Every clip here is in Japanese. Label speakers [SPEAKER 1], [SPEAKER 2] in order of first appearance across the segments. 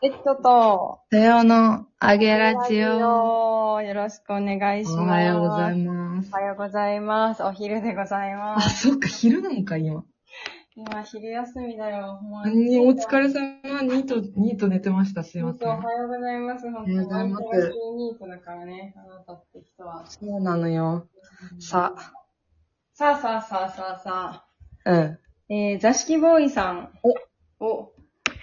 [SPEAKER 1] ベッドと、
[SPEAKER 2] 土曜のあげラジオ。
[SPEAKER 1] オ。よろしくお願いします。
[SPEAKER 2] おはようござい
[SPEAKER 1] ま
[SPEAKER 2] ます
[SPEAKER 1] お。はようございます。お昼でございま
[SPEAKER 2] あ、
[SPEAKER 1] す。
[SPEAKER 2] そっか、昼なんか、今。
[SPEAKER 1] 今、昼休みだよ。ほんま
[SPEAKER 2] にお疲れ様、ニート、ニート寝てました。すいませ
[SPEAKER 1] おは
[SPEAKER 2] ん。
[SPEAKER 1] ようございます。本当に。
[SPEAKER 2] おはようございます
[SPEAKER 1] 忙しいニートだからね、あなたって人は。
[SPEAKER 2] そうなのよ。さ、
[SPEAKER 1] さあさあさあさあさ
[SPEAKER 2] うん。
[SPEAKER 1] あ。えー、座敷ボーイさん。お。お。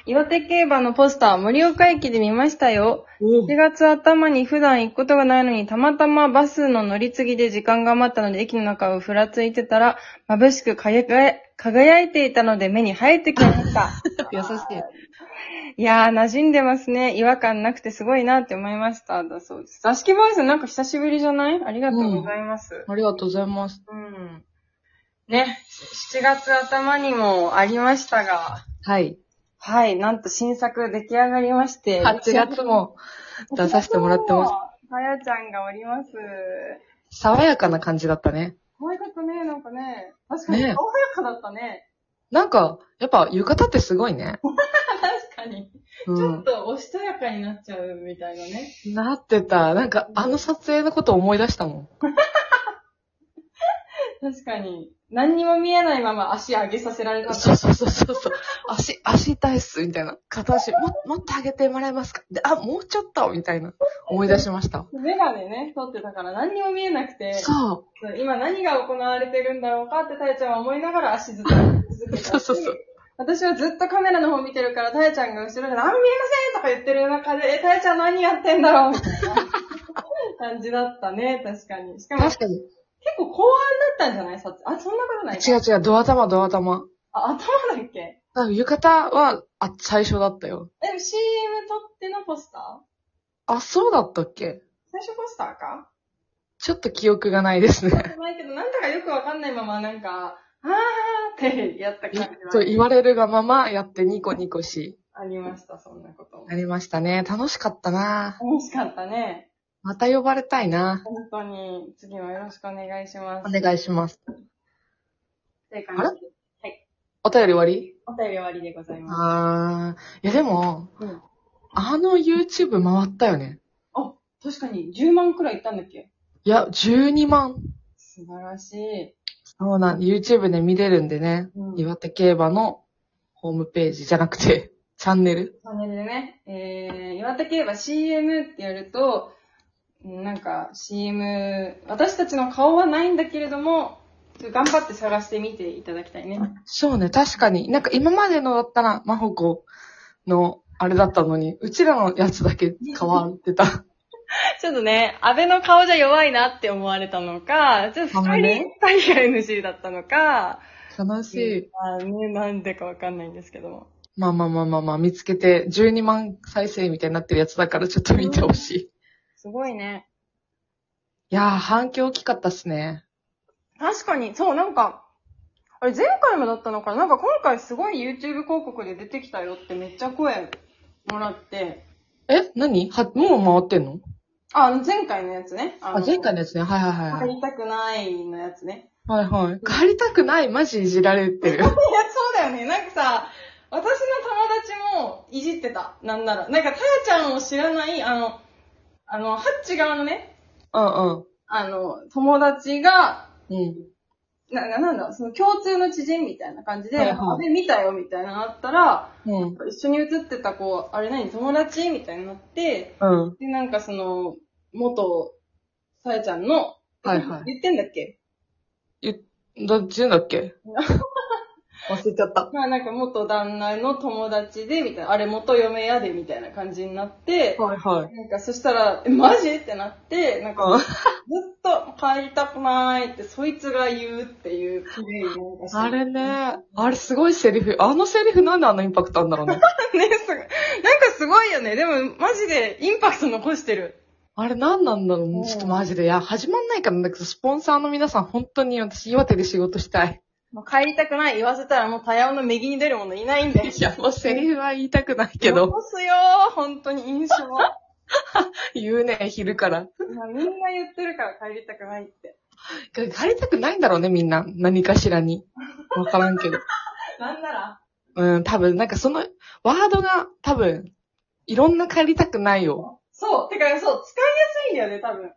[SPEAKER 1] 岩手競馬のポスター、盛岡駅で見ましたよ。
[SPEAKER 2] お
[SPEAKER 1] 4月頭に普段行くことがないのに、たまたまバスの乗り継ぎで時間が余ったので、駅の中をふらついてたら、眩しく輝か輝いていたので目に入ってきま した。
[SPEAKER 2] 優しい。
[SPEAKER 1] いやー、馴染んでますね。違和感なくてすごいなって思いました。だそうです。座敷ボーイさんなんか久しぶりじゃないありがとうございます。
[SPEAKER 2] ありがとうございます。
[SPEAKER 1] うん。ね、7月頭にもありましたが、
[SPEAKER 2] はい。
[SPEAKER 1] はい、なんと新作出来上がりまして、
[SPEAKER 2] 8月も出させてもらってます。
[SPEAKER 1] さやちゃんがおります。
[SPEAKER 2] 爽やかな感じだったね。
[SPEAKER 1] 可愛かったね、なんかね。確かに、爽
[SPEAKER 2] ね
[SPEAKER 1] やかだったね。
[SPEAKER 2] なんか、やっぱ浴衣ってすごいね。
[SPEAKER 1] 確かに。
[SPEAKER 2] う
[SPEAKER 1] ちょっ
[SPEAKER 2] ん。
[SPEAKER 1] とおしとやかになっちゃうみたいなね。
[SPEAKER 2] なってた。なんか、あの撮影のこと思い出したもん。
[SPEAKER 1] 確かに。何にも見えないまま足上げさせられなかっ
[SPEAKER 2] そう
[SPEAKER 1] た。
[SPEAKER 2] そうそうそうそう。足、足痛いっす、みたいな。片足、も、持ってあげてもらえますかで、あ、もうちょっとみたいな。思い出しました。
[SPEAKER 1] メガネね、撮ってたから何にも見えなくて、
[SPEAKER 2] そ
[SPEAKER 1] 今何が行われてるんだろうかってたやちゃんは思いながら足ずっと上げ続け
[SPEAKER 2] う。
[SPEAKER 1] たし
[SPEAKER 2] そうそうそう。
[SPEAKER 1] 私はずっとカメラの方見てるから、たやちゃんが後ろで、何見えませんとか言ってる中で、え、たやちゃん何やってんだろうみたいな感じだったね、確かに。しかも、
[SPEAKER 2] 確かに。
[SPEAKER 1] 結構後半だったんじゃないさあ、そんなことないか
[SPEAKER 2] 違う違う、ドア玉、ドア玉。
[SPEAKER 1] あ、頭だっけ
[SPEAKER 2] あ浴衣は、あ、最初だったよ。
[SPEAKER 1] え、CM 撮ってのポスター
[SPEAKER 2] あ、そうだったっけ
[SPEAKER 1] 最初ポスターか
[SPEAKER 2] ちょっと記憶がないです ね。
[SPEAKER 1] ないけど、なんだかよくわかんないまま、なんか、あーってやった感じ
[SPEAKER 2] そう
[SPEAKER 1] は
[SPEAKER 2] 言われるがままやってニコニコし、
[SPEAKER 1] ありました、そんなこと。
[SPEAKER 2] なりましたね。楽しかったな
[SPEAKER 1] 楽しかったね。
[SPEAKER 2] また呼ばれたいな
[SPEAKER 1] 本当に、次もよろしくお願いします。
[SPEAKER 2] お願いします。
[SPEAKER 1] という感
[SPEAKER 2] あ
[SPEAKER 1] じで。
[SPEAKER 2] お便り終わり
[SPEAKER 1] お便り終わりでございます。
[SPEAKER 2] あー。いやでも、
[SPEAKER 1] うん
[SPEAKER 2] あの YouTube 回ったよね。
[SPEAKER 1] あ、確かに10万くらいいったんだっけ
[SPEAKER 2] いや、12万。
[SPEAKER 1] 素晴らしい。
[SPEAKER 2] そうなん、YouTube で見れるんでね。
[SPEAKER 1] うんチ
[SPEAKER 2] 岩手競馬のホームページじゃなくて、 チャンネル。
[SPEAKER 1] ャンネルでね、えー、岩手競馬 CM ってやると、うんなんか CM、私たちの顔はないんだけれども、ちょっと頑張って探してみていただきたいね。
[SPEAKER 2] そうね、確かに。なんか今までのだったら、マホコのあれだったのに、うちらのやつだけ変わってた。
[SPEAKER 1] ちょっとね、安倍の顔じゃ弱いなって思われたのか、ちょっと
[SPEAKER 2] あの
[SPEAKER 1] 二人
[SPEAKER 2] ね、
[SPEAKER 1] 二人が NG だったのか、
[SPEAKER 2] 悲しい。
[SPEAKER 1] まあね、なんでかわかんないんですけども。
[SPEAKER 2] まあまあまあまあまあ、見つけて、12万再生みたいになってるやつだから、ちょっと見てほしい。い
[SPEAKER 1] すごいね。
[SPEAKER 2] やー、反響大きかったっすね。
[SPEAKER 1] 確かに、そう、なんか、あれ前回もだったのかななんか今回すごい YouTube 広告で出てきたよってめっちゃ声もらって、
[SPEAKER 2] え何は、もう回ってんの
[SPEAKER 1] あ、あの前回のやつね。あ
[SPEAKER 2] あ、前回のやつね。はいはいはいは
[SPEAKER 1] 帰
[SPEAKER 2] い。
[SPEAKER 1] りたくないのやつね。
[SPEAKER 2] はいはい。帰りたくない。マジいじられてる。
[SPEAKER 1] いや、そうだよね。なんかさ、私の友達もいじってた。なんなら。なんか、たやちゃんを知らない、あの、あの、ハッチ側のね、
[SPEAKER 2] うんうん。
[SPEAKER 1] あの、友達が、
[SPEAKER 2] うん。
[SPEAKER 1] な、ななんだ、その共通の知人みたいな感じで、
[SPEAKER 2] はいはい
[SPEAKER 1] あれ見たよみたいなのあったら、
[SPEAKER 2] うん。
[SPEAKER 1] 一緒に写ってた子、あれ何友達みたいになって、
[SPEAKER 2] うん。
[SPEAKER 1] で、なんかその、元、さやちゃんの、
[SPEAKER 2] はいはい
[SPEAKER 1] 言ってんだっけ
[SPEAKER 2] どっち言うんだっけ忘れちゃった。
[SPEAKER 1] まあなんか元旦那の友達で、みたいな、あれ元嫁やで、みたいな感じになって、
[SPEAKER 2] はいはい。
[SPEAKER 1] なんかそしたら、え、マジってなって、なんか
[SPEAKER 2] うん
[SPEAKER 1] ずっと帰りたくないって、そいつが言うっていうプレイなんかして
[SPEAKER 2] あれね、あれすごいセリフ。あのセリフなんであんなインパクトあるんだろう ね。
[SPEAKER 1] ね、すごいなんかすごいよね。でもマジでインパクト残してる。
[SPEAKER 2] あれなんなんだろう
[SPEAKER 1] うん
[SPEAKER 2] ちょっとマジで。いや、始まんないからなんだけど、スポンサーの皆さん本当に私岩手で仕事したい。
[SPEAKER 1] もう帰りたくない言わせたらもうタヤオの右に出るものいないんで。
[SPEAKER 2] いや、もうセリフは言いたくないけど、
[SPEAKER 1] 残すよー、本当に 印象。い
[SPEAKER 2] 言うね、昼から。
[SPEAKER 1] やみんな言ってるから帰りたくないって。
[SPEAKER 2] 帰りたくないんだろうね、みんな。何かしらに。わからんけど。
[SPEAKER 1] なんなら、
[SPEAKER 2] うん、多分、なんかその、ワードが多分、いろんな借りたくないよ。
[SPEAKER 1] そう。てか、そう、使いやすいんだよね、多分。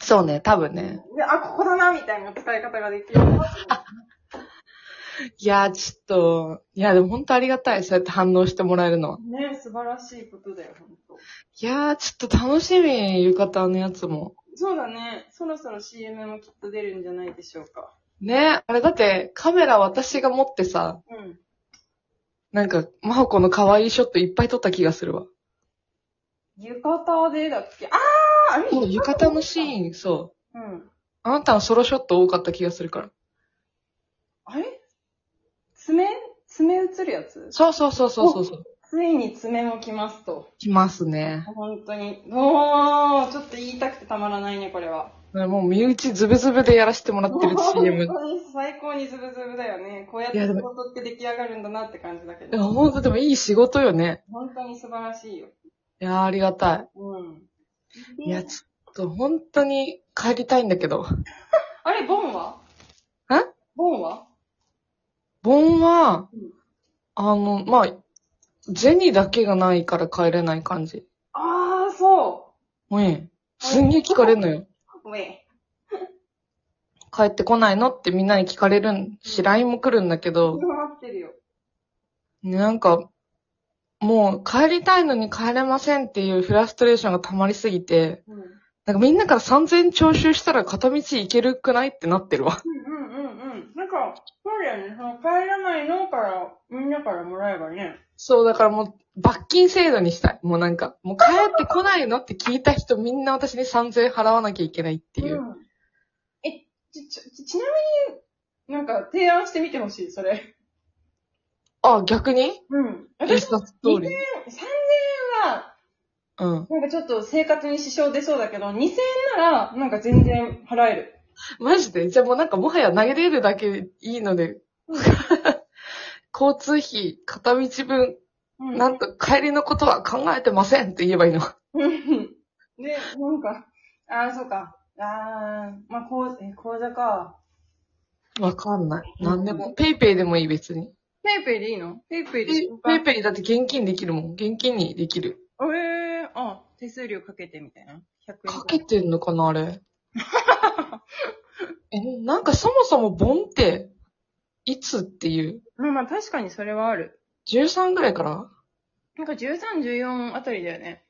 [SPEAKER 2] そうね、多分ね。
[SPEAKER 1] で、あ、ここだな、みたいな使い方ができる。
[SPEAKER 2] いやー、ちょっと、いや、でも本当ありがたい。そうやって反応してもらえるのは。
[SPEAKER 1] ね、素晴らしいことだよ、ほんと。
[SPEAKER 2] いやー、ちょっと楽しみ、浴衣のやつも。
[SPEAKER 1] そうだね。そろそろ CM もきっと出るんじゃないでしょうか。
[SPEAKER 2] ね、あれだってカメラ私が持ってさ、
[SPEAKER 1] うん。
[SPEAKER 2] なんか、マホコの可愛いショットいっぱい撮った気がするわ。
[SPEAKER 1] 浴衣でだっけあーあれ
[SPEAKER 2] そう、浴衣のシーン、そう。
[SPEAKER 1] うん。
[SPEAKER 2] あなたのソロショット多かった気がするから。
[SPEAKER 1] あれ爪爪映るやつ
[SPEAKER 2] そうそうそうそうそうそう。
[SPEAKER 1] ついに爪も来ますと。
[SPEAKER 2] 来ますね。
[SPEAKER 1] 本当に。もう、ちょっと言いたくてたまらないね、これは。
[SPEAKER 2] もう身内ズブズブでやらせてもら ってる CM
[SPEAKER 1] 本。当に最高にズブズブだよね。こうやっ
[SPEAKER 2] い
[SPEAKER 1] て
[SPEAKER 2] やで
[SPEAKER 1] 仕
[SPEAKER 2] も
[SPEAKER 1] 事って出来上がるんだなって感じだけ
[SPEAKER 2] いや、
[SPEAKER 1] ど。
[SPEAKER 2] ほんとでもいい仕事よね。
[SPEAKER 1] 本当に素晴らしいよ。
[SPEAKER 2] いやー、ありがた
[SPEAKER 1] うん。
[SPEAKER 2] い。いや、ちょっと本当に帰りたいんだけど。
[SPEAKER 1] あれ、ボンは
[SPEAKER 2] え
[SPEAKER 1] ボンは
[SPEAKER 2] 盆は
[SPEAKER 1] うん、
[SPEAKER 2] あの、まあ、銭だけがないから帰れない感じ。
[SPEAKER 1] ああ、そ
[SPEAKER 2] うん。すんげえ聞かれるのよ。
[SPEAKER 1] う。ウェイ。
[SPEAKER 2] 帰ってこないのってみんなに聞かれるん、し、LINE も来るんだけど、
[SPEAKER 1] 広がってるよ。
[SPEAKER 2] ねなんか、もう帰りたいのに帰れませんっていうフラストレーションが溜まりすぎて、
[SPEAKER 1] うん。うん
[SPEAKER 2] なんかみんなから3000円徴収したら片道行けるくないってなってるわ。
[SPEAKER 1] うんうんうん。なんか、そうだよね。その帰らないのから、みんなからもらえばね。
[SPEAKER 2] そう、だからもう、罰金制度にしたい。もうなんか、もう帰ってこないのって聞いた人みんな私に3000円払わなきゃいけないっていう。
[SPEAKER 1] んえ、ち、ち、ちちなみに、なんか提案してみてほしい、それ。
[SPEAKER 2] あ、逆に
[SPEAKER 1] うん。
[SPEAKER 2] イン
[SPEAKER 1] 私、
[SPEAKER 2] スタストーリー。
[SPEAKER 1] 3000円は、
[SPEAKER 2] うん。
[SPEAKER 1] なんかちょっと生活に支障出そうだけど、2000円なら、なんか全然払える。
[SPEAKER 2] マジでじゃあもうなんかもはや投げれるだけでいいの で
[SPEAKER 1] うん、
[SPEAKER 2] 交通費、片道分、
[SPEAKER 1] うん
[SPEAKER 2] なんと帰りのことは考えてませんって言えばいいの。
[SPEAKER 1] うん で、なんか、ああ、そうか。ああ、まあ、こう、え、口座か。
[SPEAKER 2] わかんない。
[SPEAKER 1] うん
[SPEAKER 2] なんでも。ペイペイでもいい別に。
[SPEAKER 1] ペイペイでいいのペイペイ
[SPEAKER 2] ペイペイペイだって現金できるもん。現金にできる。
[SPEAKER 1] ええあ、手数料かけてみたいな。100円。
[SPEAKER 2] かけてんのかなあ れ。え、なんかそもそもボンって、いつっていう。
[SPEAKER 1] まあまあ、確かにそれはある。
[SPEAKER 2] 13ぐらいから
[SPEAKER 1] なんか13、14あたりだよね。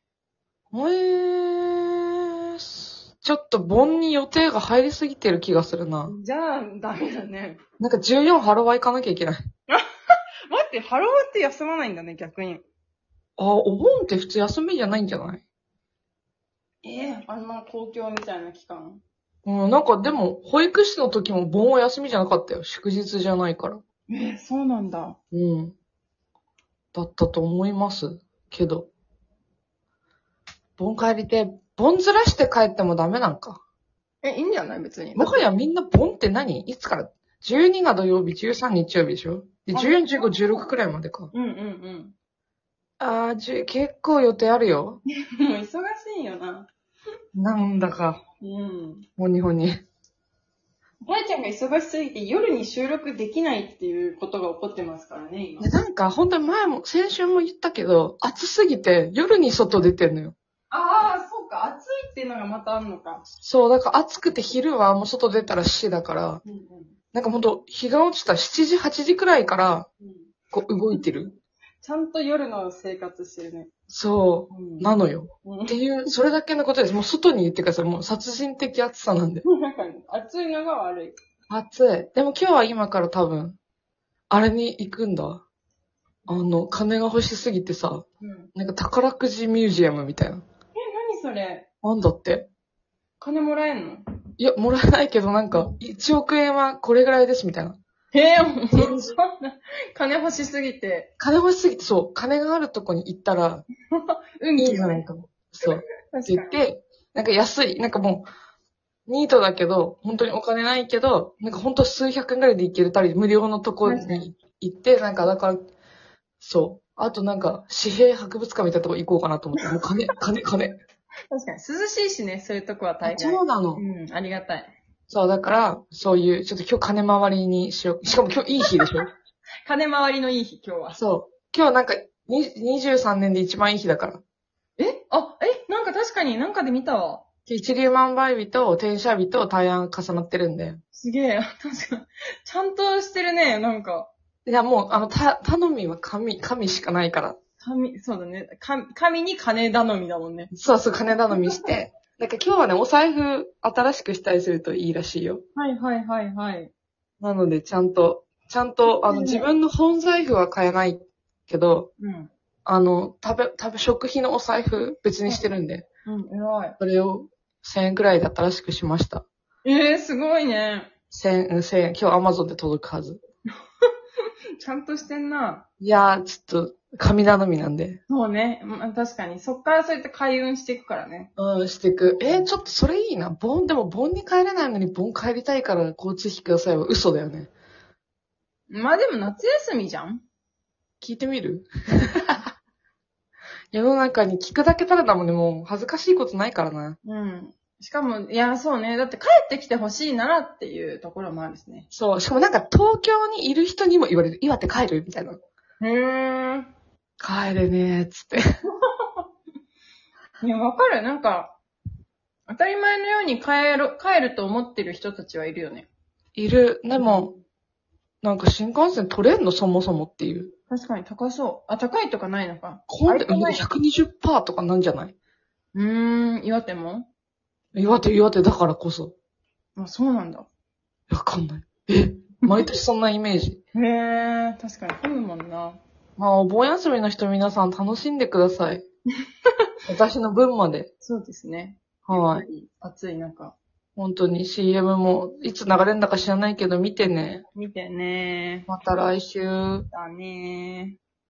[SPEAKER 2] えー、ちょっと盆に予定が入りすぎてる気がするな。
[SPEAKER 1] じゃあ、ダメだね。
[SPEAKER 2] なんか14ハロワ行かなきゃいけない。
[SPEAKER 1] 待って、ハロワって休まないんだね、逆に。
[SPEAKER 2] あ、お盆って普通休みじゃないんじゃない
[SPEAKER 1] ええあんな公共みたいな期間。
[SPEAKER 2] うん、なんかでも、保育士の時も盆は休みじゃなかったよ。祝日じゃないから。
[SPEAKER 1] ええそうなんだ。
[SPEAKER 2] うん。だったと思います。けど。盆帰りて、盆ずらして帰ってもダメなんか。
[SPEAKER 1] え、いいんじゃない別に。
[SPEAKER 2] もはやみんな盆って何いつから ?12 が土曜日、13日曜日でしょで、14、15、16くらいまでか。
[SPEAKER 1] うんうん
[SPEAKER 2] あー、じゅ、結構予定あるよ。
[SPEAKER 1] うん。もう忙しいよな。
[SPEAKER 2] なんだか、
[SPEAKER 1] うん。
[SPEAKER 2] もう日本に。
[SPEAKER 1] まやちゃんが忙しすぎて夜に収録できないっていうことが起こってますからね、今
[SPEAKER 2] で。なんか、本当に前も、先週も言ったけど、暑すぎて夜に外出てんのよ。
[SPEAKER 1] ああ、そうか。暑いっていうのがまたあんのか。
[SPEAKER 2] そう、だから暑くて昼はもう外出たら死だから、
[SPEAKER 1] うん
[SPEAKER 2] なんかほんと、日が落ちた7時、8時くらいから、
[SPEAKER 1] うん。
[SPEAKER 2] こう動いてる。
[SPEAKER 1] ちゃんと夜の生活してるね。
[SPEAKER 2] そうう、
[SPEAKER 1] ん
[SPEAKER 2] なのよ。
[SPEAKER 1] うん
[SPEAKER 2] っていう、それだけのことです。もう外に言ってください。もう殺人的暑さなんで。
[SPEAKER 1] なんか、暑いのが悪い。
[SPEAKER 2] 暑い。でも今日は今から多分、あれに行くんだ。あの、金が欲しすぎてさ、
[SPEAKER 1] うん。え、
[SPEAKER 2] なんか宝くじミュージアムみたいな。
[SPEAKER 1] 何それ
[SPEAKER 2] なんだって。
[SPEAKER 1] 金もらえんの
[SPEAKER 2] いや、もらえないけどなんか、1億円はこれぐらいですみたいな。
[SPEAKER 1] へえ、そんな、金欲しすぎて。
[SPEAKER 2] 金欲しすぎて、そう、金があるとこに行ったら、
[SPEAKER 1] 運
[SPEAKER 2] いい
[SPEAKER 1] 気
[SPEAKER 2] んじゃないかも。そう。って
[SPEAKER 1] 確か
[SPEAKER 2] 言って、なんか安い、なんかもう、ニートだけど、本当にお金ないけど、なんか本当数百円ぐらいで行けるたり、無料のとこ
[SPEAKER 1] 確かに
[SPEAKER 2] に行って、なんかだから、そう。あとなんか、紙幣博物館みたいなとこ行こうかなと思って、もう金、金、金。
[SPEAKER 1] 確かに。涼しいしね、そういうとこは大
[SPEAKER 2] そう
[SPEAKER 1] 変。
[SPEAKER 2] なの。
[SPEAKER 1] うん、ありがたい。
[SPEAKER 2] そう、だから、そういう、ちょっと今日金回りにしよう。しかも今日いい日でしょ
[SPEAKER 1] 金回りのいい日、今日は。
[SPEAKER 2] そう。今日なんか、に23年で一番いい日だから。
[SPEAKER 1] えあ、えなんか確かになんかで見たわ。
[SPEAKER 2] 一粒万倍日と転写日と大安重なってるんで。
[SPEAKER 1] すげえ。 確かに。ちゃんとしてるね、なんか。
[SPEAKER 2] いや、もう、あの、た、頼みは神、神しかないから。
[SPEAKER 1] 神、そうだね。神神に金頼みだもんね。
[SPEAKER 2] そうそう、金頼みして。なんか今日はね、お財布新しくしたりするといいらしいよ。
[SPEAKER 1] はいはいはいはい。
[SPEAKER 2] なので、ちゃんと、ちゃんと、あの、
[SPEAKER 1] うん
[SPEAKER 2] 自分の本財布は買えないけど、
[SPEAKER 1] うん。
[SPEAKER 2] あの、食べ、食べ、食費のお財布別にしてるんで、
[SPEAKER 1] うん、偉い。
[SPEAKER 2] それを1000円くらいで新しくしました。
[SPEAKER 1] ええー、すごいね。
[SPEAKER 2] 1000円、うん1000円、今日 Amazon で届くはず。
[SPEAKER 1] ちゃんとしてんな。
[SPEAKER 2] いやー、ちょっと、神頼みなんで。
[SPEAKER 1] そうね。まあ確かに。そっからそうやって開運していくからね。
[SPEAKER 2] うん、していく。えー、ちょっとそれいいな。盆、でも盆に帰れないのに盆帰りたいから交通費くださいは嘘だよね。
[SPEAKER 1] まあでも夏休みじゃん
[SPEAKER 2] 聞いてみる 世の中に聞くだけたらだもんね、もう恥ずかしいことないからな。
[SPEAKER 1] うん。しかも、いや、そうね。だって帰ってきてほしいならっていうところもあるしね。
[SPEAKER 2] そう、しかもなんか東京にいる人にも言われる。岩手帰るみたいな。
[SPEAKER 1] へえ。
[SPEAKER 2] 帰れねーっつって。
[SPEAKER 1] いや、わかる。なんか、当たり前のように帰る、帰ると思ってる人たちはいるよね。
[SPEAKER 2] いる。でも、なんか新幹線取れんのそもそもっていう。
[SPEAKER 1] 確かに高そう。あ、高いとかないのか。
[SPEAKER 2] 今度
[SPEAKER 1] あれない
[SPEAKER 2] 120%とかなんじゃないう
[SPEAKER 1] ーん、岩手も
[SPEAKER 2] 岩手、岩手だからこそ。
[SPEAKER 1] あ、そうなんだ。
[SPEAKER 2] わかんない。え毎年そんなイメージ。
[SPEAKER 1] へえ、確かに混むもんな。
[SPEAKER 2] まあ、お盆休みの人皆さん楽しんでください。私の分まで。
[SPEAKER 1] そうですね。
[SPEAKER 2] はい。
[SPEAKER 1] い。暑い中。
[SPEAKER 2] 本当に CM もいつ流れるんだか知らないけど見てね。
[SPEAKER 1] 見てね
[SPEAKER 2] また来週。
[SPEAKER 1] だね